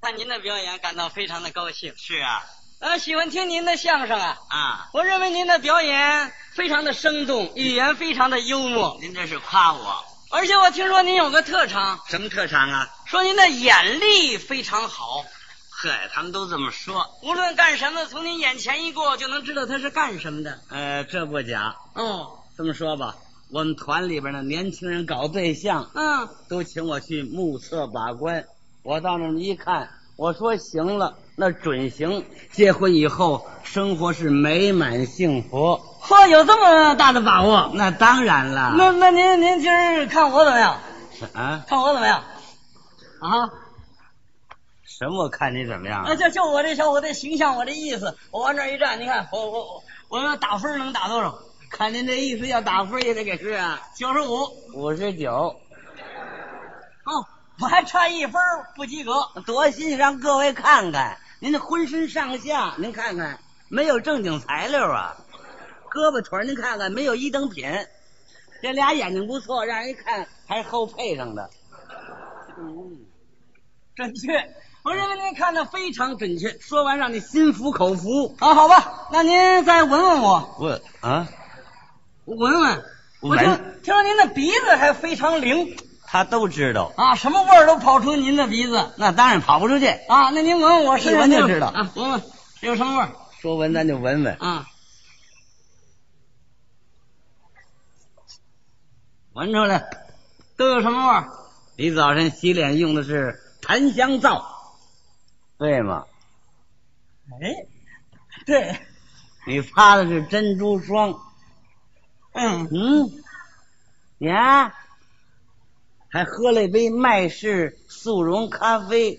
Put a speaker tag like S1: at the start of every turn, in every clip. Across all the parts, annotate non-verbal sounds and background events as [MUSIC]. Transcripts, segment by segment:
S1: 看您的表演感到非常的高兴，
S2: 是啊，
S1: 呃，喜欢听您的相声啊。
S2: 啊，
S1: 我认为您的表演非常的生动，语言非常的幽默，
S2: 您这是夸我，
S1: 而且我听说您有个特长，
S2: 什么特长啊？
S1: 说您的眼力非常好，
S2: 呵，他们都这么说，
S1: 无论干什么，从您眼前一过就能知道他是干什么的。
S2: 呃，这不假。
S1: 哦，
S2: 这么说吧，我们团里边的年轻人搞对象，
S1: 嗯，
S2: 都请我去目测把关。我到那儿一看，我说行了，那准行。结婚以后，生活是美满幸福。
S1: 嚯，有这么大的把握？啊
S2: 那当然了。
S1: 那那您您今儿看我怎么样？
S2: 啊，
S1: 看我怎么样？啊？
S2: 什么？我看你怎么样
S1: 啊，？就就我这小我这形象，我这意思，我往这儿一站，你看我我我我要打分能打多少？
S2: 看您这意思，要打分也得给是啊，
S1: 九十五。
S2: 五十九，
S1: 哦，我还差一分儿不及格。
S2: 多新鲜！让各位看看您的浑身上下，您看看没有正经材料啊，胳膊腿儿您看看没有一等品，这俩眼睛不错，让人一看还是后配上的。
S1: 准确，我认为您看的非常准确。
S2: 说完让你心服口服。
S1: 啊，好吧，那您再闻闻我，
S2: 我啊，
S1: 我闻闻。我
S2: 闻
S1: 听听说您的鼻子还非常灵
S2: 他都知道，
S1: 啊，什么味儿都跑出您的鼻子
S2: 那当然跑不出去。
S1: 啊。那您闻闻我身上
S2: 一闻就
S1: 那个
S2: 知道
S1: 啊，闻闻有什么味儿
S2: 说闻咱就闻闻，
S1: 啊？
S2: 闻出来。
S1: 都有什么味儿？
S2: 你早晨洗脸用的是檀香皂，对吗？
S1: 哎，对，
S2: 你擦的是珍珠霜，
S1: 嗯，
S2: 嗯，呀，还喝了一杯麦氏速溶咖啡。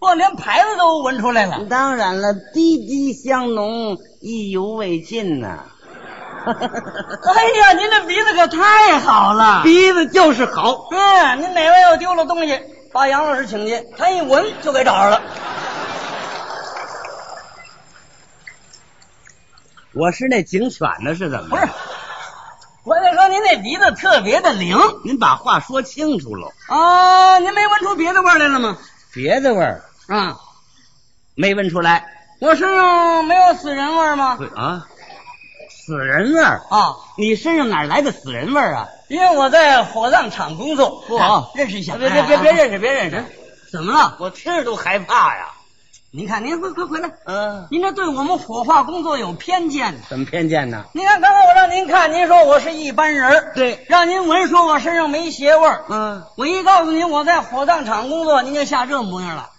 S1: 哇，哦连牌子都闻出来了。
S2: 当然了，滴滴香浓，意犹未尽呐、 [LAUGHS]
S1: 哎呀，您这鼻子可太好了。
S2: 鼻子就是好，
S1: 嗯，您哪位要丢了东西，把杨老师请去，他一闻就给找着了。
S2: 我是那警犬呢，是怎么着？
S1: 不是，我就说您那鼻子特别的灵
S2: 您把话说清楚喽，
S1: 啊，您没闻出别的味儿来了吗？
S2: 别的味儿
S1: 啊，
S2: 没闻出来。
S1: 我身上没有死人味儿吗？
S2: 啊，死人味儿，
S1: 啊，
S2: 你身上哪来的死人味儿啊？
S1: 因为我在火葬场工作，啊
S2: 嚯
S1: 认识一下，
S2: 别别别别
S1: 识，
S2: 认识，别认识，
S1: 怎么了？
S2: 我听着都害怕呀。
S1: 您看，您快快回来，
S2: 嗯，
S1: 您这对我们火化工作有偏见呢。
S2: 怎么偏见呢？
S1: 您看，刚才我让您看，您说我是一般人儿，
S2: 对，
S1: 让您闻说我身上没邪味儿，
S2: 嗯
S1: 我一告诉您我在火葬场工作，您就吓这模样了。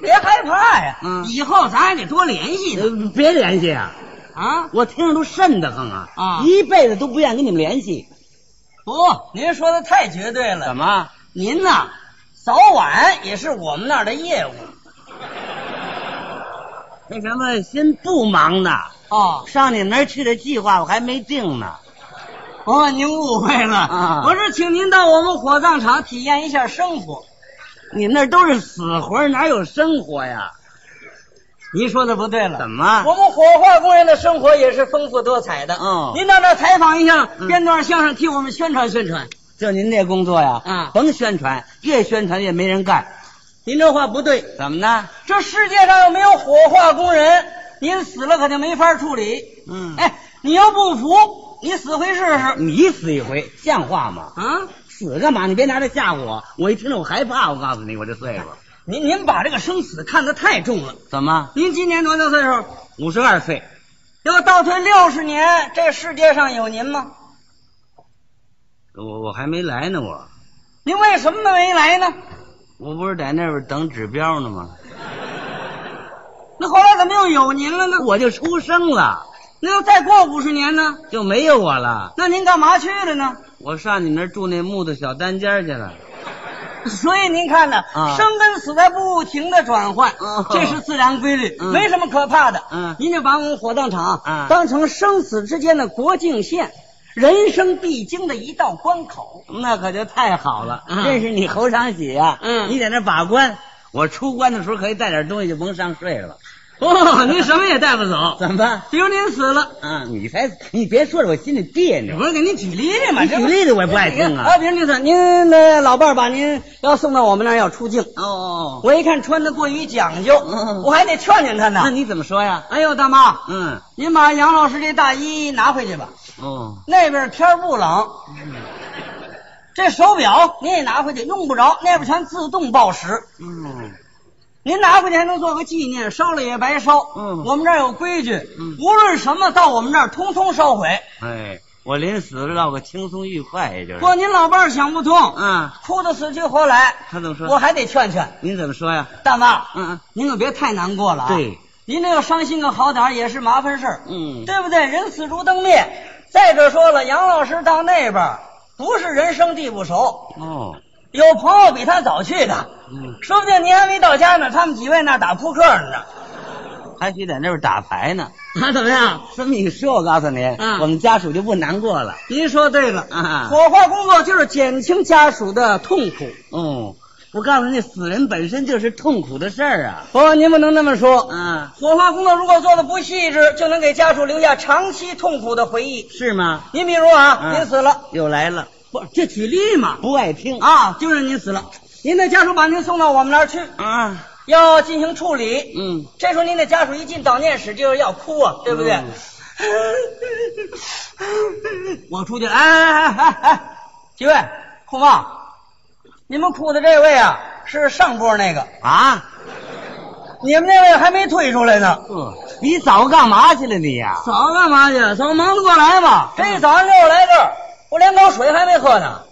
S1: 别害怕呀，
S2: 嗯
S1: 以后咱还得多联系呢
S2: 呃别联系啊！
S1: 啊！
S2: 我听着都瘆得慌啊！
S1: 啊
S2: 一辈子都不愿意跟你们联系。
S1: 不、您说的太绝对了。
S2: 怎么？
S1: 您呐，早晚也是我们那儿的业务
S2: 那什么，先不忙呢，
S1: 哦。
S2: 上你们那儿去的计划我还没定呢。
S1: 哦，您误会了，
S2: 啊
S1: 我是请您到我们火葬场体验一下生活。
S2: 你们那儿都是死活，哪有生活呀？
S1: 您说的不对了，啊
S2: 怎么
S1: 我们火化工人的生活也是丰富多彩的。
S2: 嗯
S1: 您到那儿采访一下，
S2: 嗯
S1: 编段相声替我们宣传宣传。
S2: 就您这工作呀，
S1: 啊
S2: 甭宣传，越宣传越没人干。
S1: 您这话不对，
S2: 怎么呢？
S1: 这世界上又没有火化工人，您死了可就没法处理。
S2: 嗯哎，
S1: 哎，你要不服，你死回试试
S2: 你死一回，像话吗？
S1: 啊！
S2: 死干嘛？你别拿这吓唬我，我一听着我害怕。我告诉你，我这岁数
S1: 您您把这个生死看得太重了。
S2: 怎么？
S1: 您今年多大岁数？
S2: 五十二岁，
S1: 要倒退六十年，这世界上有您吗？
S2: 我我还没来呢，我
S1: 您为什么没来呢？
S2: 我不是在那边等指标呢吗？
S1: 那后来怎么又有您了呢？
S2: 我就出生了，
S1: 那要再过五十年呢？
S2: 就没有我了。
S1: 那您干嘛去了呢？
S2: 我上你那儿住那木头小单间去了。
S1: 所以您看呢，
S2: 啊
S1: 生跟死在不停的转换，
S2: 嗯
S1: 这是自然规律，
S2: 嗯
S1: 没什么可怕的。
S2: 嗯
S1: 您就把我们火葬场
S2: 啊
S1: 当成生死之间的国境线，人生必经的一道关口。
S2: 那可就太好了，
S1: 嗯
S2: 认识你侯长喜啊！
S1: 嗯
S2: 你在那把关，我出关的时候可以带点东西，就甭上税了。
S1: 哦，您什么也带不走，
S2: 怎么办？
S1: [LAUGHS] 比如您死了，
S2: 啊，你才你别说着我心里别扭。
S1: 不是给您举例子嘛？
S2: 你
S1: 这
S2: 举
S1: 不
S2: 例子我也不爱听啊。
S1: 啊，比如您死，您的老伴儿把您要送到我们那儿要出境，
S2: 哦，
S1: 我一看穿的过于讲究，
S2: 嗯
S1: 我还得劝劝他呢
S2: 那。你怎么说呀？
S1: 哎呦，大妈，
S2: 嗯，
S1: 您把杨老师这大衣拿回去吧，
S2: 哦，
S1: 那边天儿不冷。
S2: 嗯
S1: 这手表您也拿回去，用不着，那边全自动报时。
S2: 嗯，
S1: 您拿回去还能做个纪念，烧了也白烧。
S2: 嗯
S1: 我们这儿有规矩，
S2: 嗯
S1: 无论什么到我们这儿通通烧毁。
S2: 哎，我临死了落个轻松愉快，也就
S1: 不
S2: 是。
S1: 过您老伴儿想不通，
S2: 啊，
S1: 哭得死去活来，
S2: 他怎么说？
S1: [LAUGHS] 我还得劝劝
S2: 您怎么说呀？
S1: 大妈，
S2: 嗯
S1: 您可别太难过了啊。，
S2: 对，
S1: 您这要伤心个好歹儿也是麻烦事儿，
S2: 嗯，
S1: 对不对？人死如灯灭。再者说了，杨老师到那边儿不是人生地不熟，
S2: 哦，
S1: 有朋友比他早去的，
S2: 嗯，
S1: 说不定您还没到家呢，他们几位那儿打扑克呢。
S2: 还许在那边打牌呢。
S1: 啊，怎么样？
S2: 这么一说，我告诉您，
S1: 嗯
S2: 我们家属就不难过了。
S1: 您说对了
S2: 啊
S1: 火化工作就是减轻家属的痛苦。
S2: 哦，我告诉你，死人本身就是痛苦的事儿啊。
S1: 不，哦您不能那么说。
S2: 啊，
S1: 火化工作如果做的不细致，就能给家属留下长期痛苦的回忆。
S2: 是吗？
S1: 您比如啊，
S2: 嗯
S1: 您死了，
S2: 又来了，
S1: 不，这举例嘛。
S2: 不爱听
S1: 啊，就是您死了，您的家属把您送到我们那儿去，
S2: 啊，
S1: 要进行处理。
S2: 嗯，
S1: 这时候您的家属一进悼念室就是要哭啊，对不对？
S2: 嗯
S1: 我出去，哎哎哎哎哎，几位红帽，你们哭的这位啊是上波那个，
S2: 啊，
S1: 你们那位还没退出来呢。
S2: 嗯，你早干嘛去了你呀、
S1: 早干嘛去？早忙得过来吗？这早上六十来个儿，我连口水还没喝呢。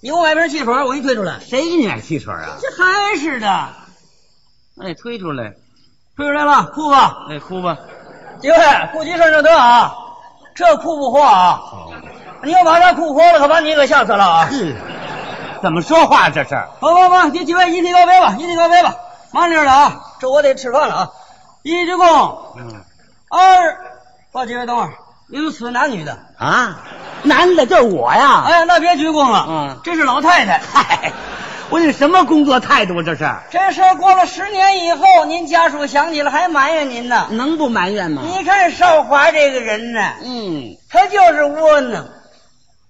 S1: 你给我买瓶汽水，我一退出来，
S2: 谁给你买汽水啊？
S1: 这还是的，
S2: 那你推出来，
S1: 退出来了，哭吧。
S2: 那哎哭吧。
S1: 几位，顾及上这得啊，这哭不活啊！
S2: 好，
S1: 你要把他哭活了，可把你给吓死了
S2: [LAUGHS]
S1: 啊！
S2: 怎么说话这是？
S1: 不不不，你几位一起告别吧，一起告别吧，麻利儿了啊！这我得吃饭了啊！一鞠躬，
S2: 嗯
S1: 二，不，几位等会儿，你们死男女的？
S2: 啊，男的就是我呀。
S1: 哎呀，那别鞠躬了，
S2: 啊嗯
S1: 这是老太太。
S2: [LAUGHS] 嗨，我这什么工作态度这是？
S1: 这事儿过了十年以后，您家属想起来还埋怨您呢。
S2: 能不埋怨吗
S1: 你看少华这个人呢，
S2: 嗯
S1: 他就是窝囊，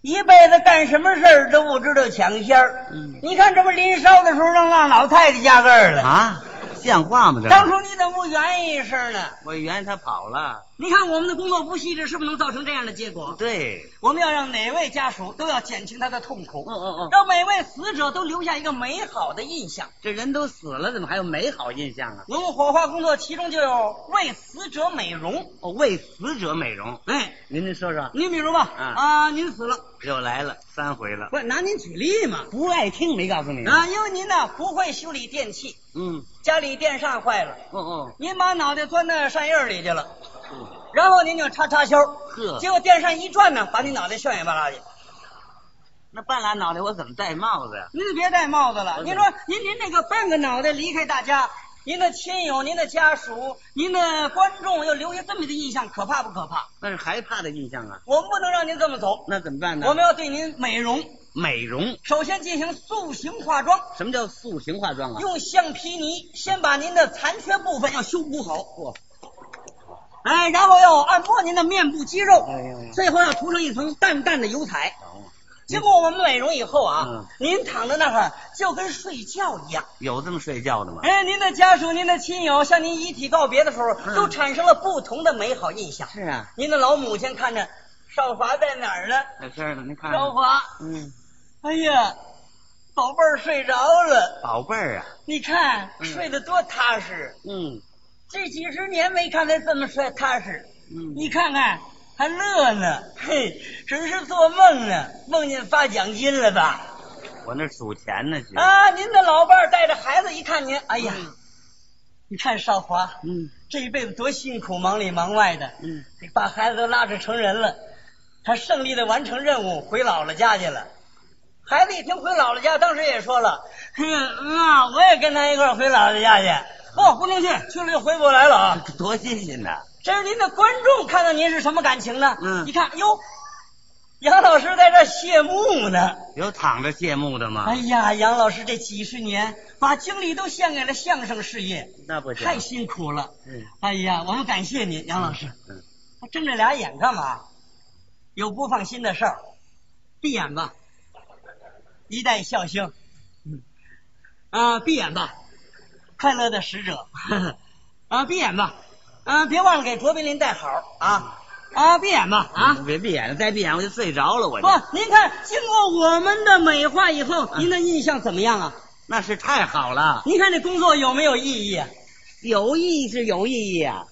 S1: 一辈子干什么事儿都不知道抢先儿。
S2: 嗯
S1: 你看这不临烧的时候让让老太太压根儿了。
S2: 啊，像话吗这？
S1: 当初你怎么不圆一声呢？
S2: 我原来他跑了。
S1: 你看我们的工作不细致，是不是能造成这样的结果？
S2: 对，
S1: 我们要让每位家属都要减轻他的痛苦，
S2: 嗯嗯，
S1: 让每位死者都留下一个美好的印象。
S2: 这人都死了，怎么还有美好印象啊？
S1: 我们火化工作其中就有为死者美容。
S2: 哦，为死者美容。
S1: 哎，
S2: 您您说说，
S1: 您比如吧，
S2: 啊
S1: 啊，您死了，
S2: 又来了三回了，
S1: 不是拿您举例嘛？
S2: 不爱听没告诉你
S1: 啊，因为您呢不会修理电器，
S2: 嗯，
S1: 家里电扇坏了，
S2: 哦哦，
S1: 您把脑袋钻到扇叶儿里去了，然后您就插插销，
S2: 呵，
S1: 结果电扇一转呢，把你脑袋旋也半拉去。
S2: 那半拉脑袋我怎么戴帽子呀？
S1: 您就别戴帽子了。
S2: 嗯
S1: 您说您您那个半个脑袋离开大家，您的亲友、您的家属、您的观众又留下这么一个印象，可怕不可怕？
S2: 那是害怕的印象啊。
S1: 我们不能让您这么走，
S2: 那怎么办呢？
S1: 我们要对您美容，
S2: 美容，
S1: 首先进行塑形化妆。
S2: 什么叫塑形化妆啊？
S1: 用橡皮泥先把您的残缺部分要修补好，哎，然后要按摩您的面部肌肉
S2: 哎呀，
S1: 最后要涂上一层淡淡的油彩。
S2: 哦
S1: 经过我们美容以后啊
S2: 嗯，
S1: 您躺在那儿就跟睡觉一样。
S2: 有这么睡觉的吗？
S1: 哎，您的家属、您的亲友向您遗体告别的时候，
S2: 嗯
S1: 都产生了不同的美好印象。
S2: 是啊，
S1: 您的老母亲看着少华在哪儿呢？
S2: 在这儿呢，您看看。
S1: 少华，
S2: 嗯，
S1: 哎呀，宝贝儿睡着了，
S2: 宝贝儿啊，
S1: 你看
S2: 嗯
S1: 睡得多踏实。
S2: 嗯
S1: 这几十年没看他这么帅踏实，
S2: 嗯，
S1: 你看看还乐呢，嘿，准是做梦呢，梦见发奖金了吧？
S2: 我那数钱呢去。
S1: 啊，您的老伴儿带着孩子一看您，哎呀，你看少华
S2: 嗯
S1: 这一辈子多辛苦，忙里忙外的，
S2: 嗯，
S1: 把孩子都拉扯成人了，他胜利的完成任务，回姥姥家去了。孩子一听回姥姥家，当时也说了：“嘿，妈，我也跟他一块儿回姥姥家去。”哦，不能去，去了就回不来了啊。
S2: 多新鲜呐！
S1: 这是您的观众看到您是什么感情呢？
S2: 嗯
S1: 一看哟，杨老师在这儿谢幕呢。
S2: 有躺着谢幕的吗？
S1: 哎呀，杨老师这几十年把精力都献给了相声事业，
S2: 那不行。
S1: 太辛苦了。
S2: 嗯
S1: 哎呀，我们感谢您，杨老师。
S2: 嗯
S1: 睁着俩眼干嘛？有不放心的事儿，闭眼吧。一代孝星，啊，闭眼吧，快乐的使者， [LAUGHS] 啊，闭眼吧，啊，别忘了给卓别林带好啊，啊，闭眼吧，啊。
S2: 嗯别闭眼了，再闭眼我就睡着了，我就。
S1: 不，您看，经过我们的美化以后，
S2: 啊
S1: 您的印象怎么样啊？
S2: 那是太好了，
S1: 您看这工作有没有意义啊？
S2: 有意义是有意义啊，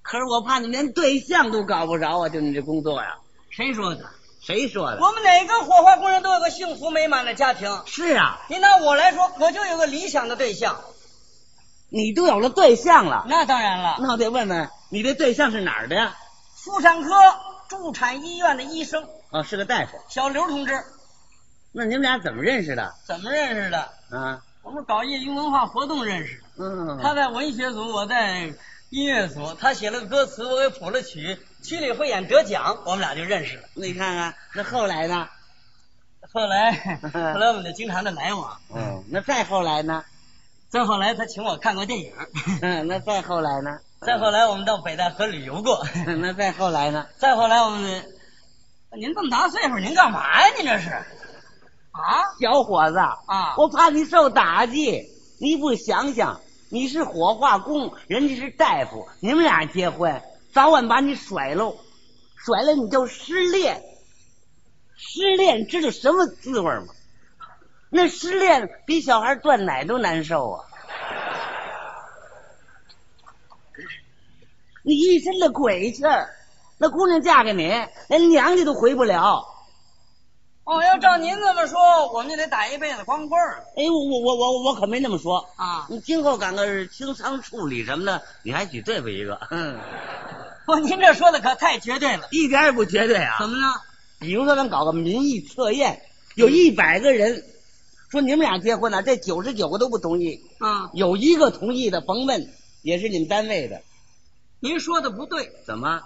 S2: 可是我怕你连对象都搞不着啊，就你这工作呀、
S1: 谁说的？
S2: 谁说的？
S1: 我们哪个火化工人都有个幸福美满的家庭。
S2: 是啊，
S1: 您拿我来说，我就有个理想的对象。
S2: 你都有了对象了，
S1: 那当然了，
S2: 那我得问问你这对象是哪儿的呀？
S1: 妇产科助产医院的医生
S2: 哦，是个大夫。
S1: 小刘同志，
S2: 那你们俩怎么认识的？
S1: 怎么认识的？
S2: 啊，
S1: 我们搞业余文化活动认识的。
S2: 嗯，
S1: 他在文学组，我在音乐组。他写了个歌词，我给谱了曲。区里汇演得奖，我们俩就认识了。
S2: 你看看，那后来呢？
S1: 后
S2: [LAUGHS]
S1: 来，后来我们就经常的来往。
S2: 嗯，那再后来呢？
S1: 再后来，他请我看过电影。
S2: 嗯，那再后 [LAUGHS] 来呢？
S1: 再后来，我们到北戴河旅游过。
S2: 嗯，那再后来呢？
S1: 再后来，我们，您这么大岁数，您干嘛呀？您这是？啊？
S2: 小伙子
S1: 啊
S2: 我怕你受打击，你不想想，你是火化工，人家是大夫，你们俩结婚，早晚把你甩喽，甩了你就失恋，失恋知道什么滋味吗？那失恋比小孩断奶都难受啊！你一身的鬼气儿，那姑娘嫁给你，连娘家都回不了。
S1: 哦，要照您这么说，我们就得打一辈子光棍儿了
S2: 哎，我我我我我可没那么说。
S1: [LAUGHS] 啊！
S2: 你今后赶个清仓处理什么的，你还许对付一个，嗯，
S1: 不，哦您这说的可太绝对了。
S2: 一点也不绝对
S1: 怎
S2: 啊。
S1: 么呢？
S2: 比如说，咱搞个民意测验，有一百个人说你们俩结婚了、这九十九个都不同意，
S1: 啊，
S2: 有一个同意的甭问，也是你们单位的，
S1: 您说的不对，
S2: 怎么？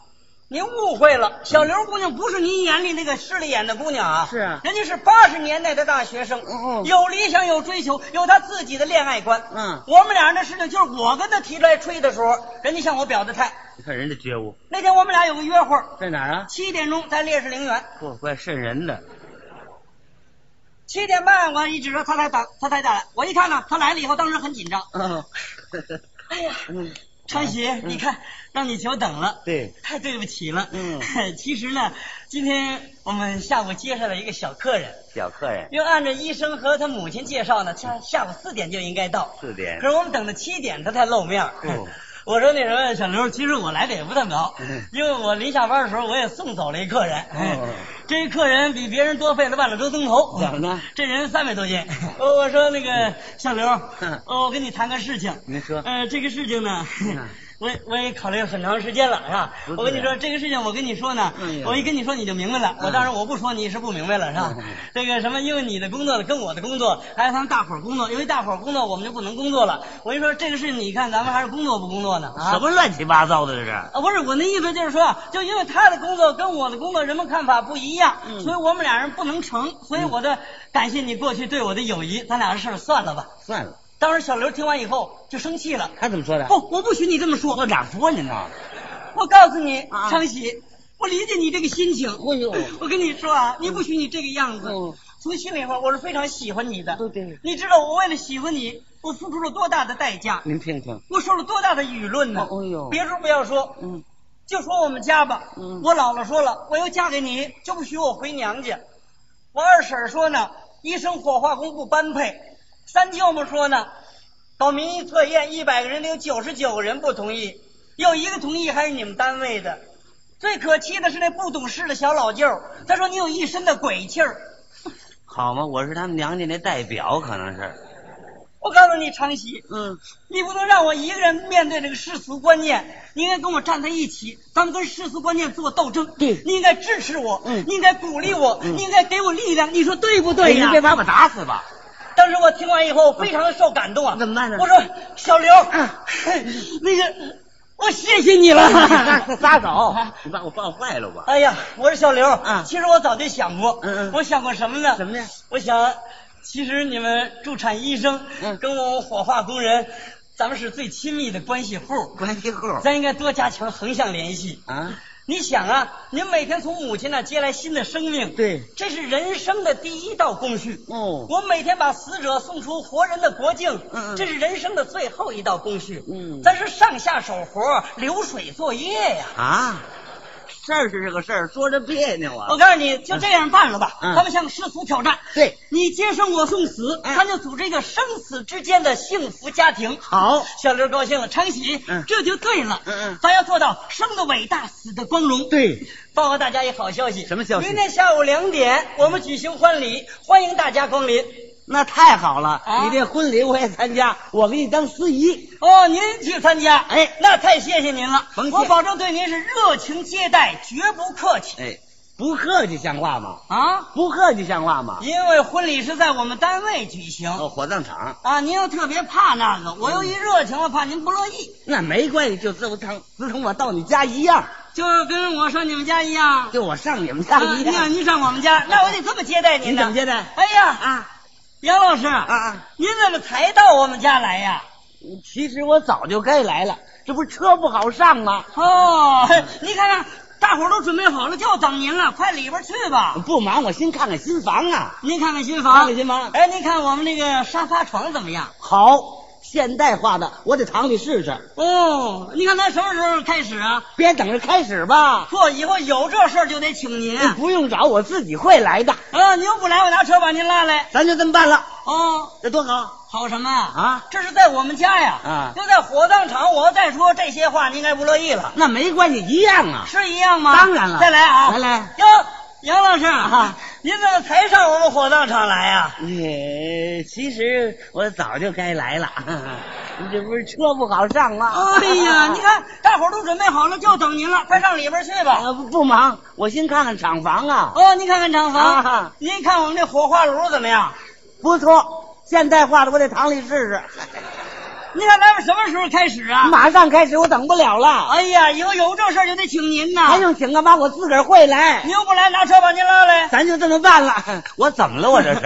S1: 您误会了。小刘姑娘不是您眼里那个势利眼的姑娘啊，
S2: 是啊
S1: 人家是八十年代的大学生，
S2: 嗯嗯
S1: 有理想，有追求，有她自己的恋爱观。
S2: 嗯
S1: 我们俩人的事情就是我跟她提出来吹的时候，人家向我表的态。
S2: 你看人家觉悟
S1: 那天我们俩有个约会，
S2: 在哪儿啊？
S1: 七点钟在烈士陵园，
S2: 不怪瘆人的，
S1: 七点半我一指着她才打，她才打来。我一看呢，她来了以后，当时很紧张。
S2: [LAUGHS] 嗯，
S1: 哎呀，
S2: 嗯
S1: 川喜，你看，让你久等了。
S2: 对，
S1: 太对不起了，
S2: 嗯，
S1: [LAUGHS] 其实呢，今天我们下午接上了一个小客人，
S2: 小客人
S1: 又按照医生和他母亲介绍呢，他下午四点就应该到，
S2: 四点
S1: 可是我们等到七点他才露面儿。
S2: 哦
S1: [LAUGHS] 我说那什么，小刘，其实我来的也不太早
S2: 嗯，
S1: [LAUGHS] 因为我临下班的时候我也送走了一客人，哎
S2: 哦
S1: 这客人比别人多费了半个多钟头，
S2: 怎么呢
S1: 这人三百多
S2: [LAUGHS]
S1: 斤。我我说那个小刘，
S2: 嗯
S1: 哦我跟你谈个事情。
S2: 您说
S1: 呃，这个事情呢
S2: 嗯，
S1: [LAUGHS] 我也我也考虑了很长时间了，是吧？
S2: 不是
S1: 我跟你说这个事情，我跟你说呢
S2: 哎，呀
S1: 我一跟你说你就明白了。
S2: 嗯
S1: 我当然我不说你是不明白了，是吧
S2: 嗯？
S1: 这个什么，因为你的工作跟我的工作，还有咱们大伙儿工作，因为大伙儿工作我们就不能工作了。我一说这个事情，你看咱们还是工作不工作呢？啊
S2: 什么乱七八糟的这是？
S1: 啊，不是我那意思就是说，就因为他的工作跟我的工作人们看法不一样，
S2: 嗯
S1: 所以我们俩人不能成。所以我的、感谢你过去对我的友谊，咱俩的事儿算了吧。
S2: 算了，
S1: 当时小刘听完以后就生气了，
S2: 他怎么说的？
S1: 不，哦我不许你这么说。
S2: 我咋说您啊呢？
S1: 我告诉你，
S2: 啊
S1: 昌喜，我理解你这个心情。
S2: 哎呦
S1: 我跟你说啊，你不许你这个样子
S2: 嗯。
S1: 从心里话，我是非常喜欢你的。
S2: 对对
S1: 你知道我为了喜欢你，我付出了多大的代价？
S2: 您听听，
S1: 我受了多大的舆论呢？
S2: 嗯哦哎呦
S1: 别处不要说，
S2: 嗯，
S1: 就说我们家吧。
S2: 嗯
S1: 我姥姥说了，我要嫁给你，就不许我回娘家。我二婶儿说呢，医生火化工不般配。三舅母说呢，搞民意测验，一百个人里有九十九个人不同意，有一个同意还是你们单位的。最可气的是那不懂事的小老舅儿，他说你有一身的鬼气儿。
S2: 好吗？我是他们娘家那代表，可能是。
S1: 我告诉你，常喜，
S2: 嗯，
S1: 你不能让我一个人面对这个世俗观念，你应该跟我站在一起，咱们跟世俗观念做斗争。
S2: 对
S1: 你应该支持我，
S2: 嗯
S1: 你应该鼓励我，
S2: 嗯
S1: 你应该给我力量，你说对不
S2: 对
S1: 对呀？
S2: 哎把我打死吧。
S1: 当时我
S2: 嗯
S1: 听完以后非常受感动啊！
S2: 怎么办呢
S1: 我说小刘，
S2: 嗯
S1: 那个我谢谢你了。
S2: 撒手， [LAUGHS] 你把我抱坏了吧？
S1: [LAUGHS] 哎呀，我是小刘。
S2: 嗯
S1: 其实我早就想过。
S2: 嗯嗯
S1: 我想过什么呢？
S2: 什么呢？
S1: 我想，其实你们助产医生，
S2: 嗯
S1: 跟我们火化工人，咱们是最亲密的关系户，
S2: [LAUGHS] 关系户
S1: 咱应该多加强横向联系。
S2: 啊？
S1: 你想啊，您每天从母亲那接来新的生命，
S2: 对，
S1: 这是人生的第一道工序。
S2: 哦，
S1: 我每天把死者送出活人的国境，
S2: 嗯嗯
S1: 这是人生的最后一道工序。
S2: 嗯
S1: 咱是上下手活，流水作业呀、
S2: 啊，事儿是这个事儿，说着别扭啊。
S1: 我告诉你，就这样办了吧，
S2: 嗯
S1: 咱们向世俗挑战。
S2: 对，
S1: 你接生我送死，
S2: 嗯
S1: 咱就组织一个生死之间的幸福家庭。
S2: 好，
S1: 小刘高兴了，常喜，
S2: 嗯
S1: 这就对了。
S2: 嗯嗯
S1: 咱要做到生的伟大，死的光荣。
S2: 对，
S1: 报告大家一好消息，
S2: 什么消息
S1: 明天下午两点，我们举行婚礼，欢迎大家光临。
S2: 那太好了，
S1: 啊
S2: 你这婚礼我也参加，我给你当司仪。
S1: 哦，您去参加，
S2: 哎
S1: 那太谢谢您了
S2: 甭，谢
S1: 我保证对您是热情接待，绝不客气
S2: 哎，不客气像话吗？
S1: 啊。
S2: 不客气像话吗？
S1: 因为婚礼是在我们单位举行，
S2: 哦，火葬场
S1: 啊，您又特别怕那个，我又一热情，我怕您不乐意，
S2: 那没关系，就自从自从我到你家一样，
S1: 就是跟我上你们家一样。
S2: 就我上你们家
S1: 啊，
S2: 一
S1: 你看
S2: 样。
S1: 您上我们家，那我得这么接待您
S2: 你
S1: 呢。
S2: 怎么接待？
S1: 哎呀，
S2: 啊
S1: 杨老师，
S2: 啊啊！
S1: 您怎么才到我们家来呀？
S2: 其实我早就该来了，这不是车不好上吗？
S1: 哦，
S2: 嗯
S1: 嘿您看看，大伙儿都准备好了，就等您了，快里边去吧。
S2: 不忙，我先看看新房啊。
S1: 您看看新
S2: 看
S1: 房
S2: 看，新房
S1: 哎，您看我们那个沙发床怎么样？
S2: 好，现代化的，我得躺里试试。
S1: 哦，你看咱什么时候开始啊？
S2: 别等着开始吧，
S1: 嚯，以后有这事儿就得请您。
S2: 不用找，我自己会来的。
S1: 啊，您又不来，我拿车把您拉来。
S2: 咱就这么办了，
S1: 哦，
S2: 这多好
S1: 好什么呀？
S2: 啊！
S1: 这是在我们家呀，
S2: 啊
S1: 就在火葬场。我再说这些话，您该不乐意了，
S2: 那没关系，一样啊。
S1: 是一样吗？
S2: 当然了
S1: 再来啊，
S2: 来来
S1: 哟，杨老师，
S2: 啊
S1: 您怎么才上我们火葬场来呀、哎
S2: 呃，其实我早就该来了，你 [LAUGHS] 这不是车不好上吗？
S1: 哎呀，你看，大伙儿都准备好了，就等您了，快上里边去吧。
S2: 啊， [LAUGHS] 不不忙，我先看看厂房啊，
S1: 哦，您看看厂房，
S2: 啊
S1: 您看我们这火化炉怎么样？
S2: 不错，现代化的，我得躺里试试。
S1: 您看咱们什么时候开始啊？
S2: 马上开始，我等不了了，
S1: 哎呀，以后有这事儿就得请您呐。
S2: 还用请干嘛？我自个儿会来，
S1: 您又不来，拿车把您拉来。
S2: 咱就这么办了。我怎么了？我这是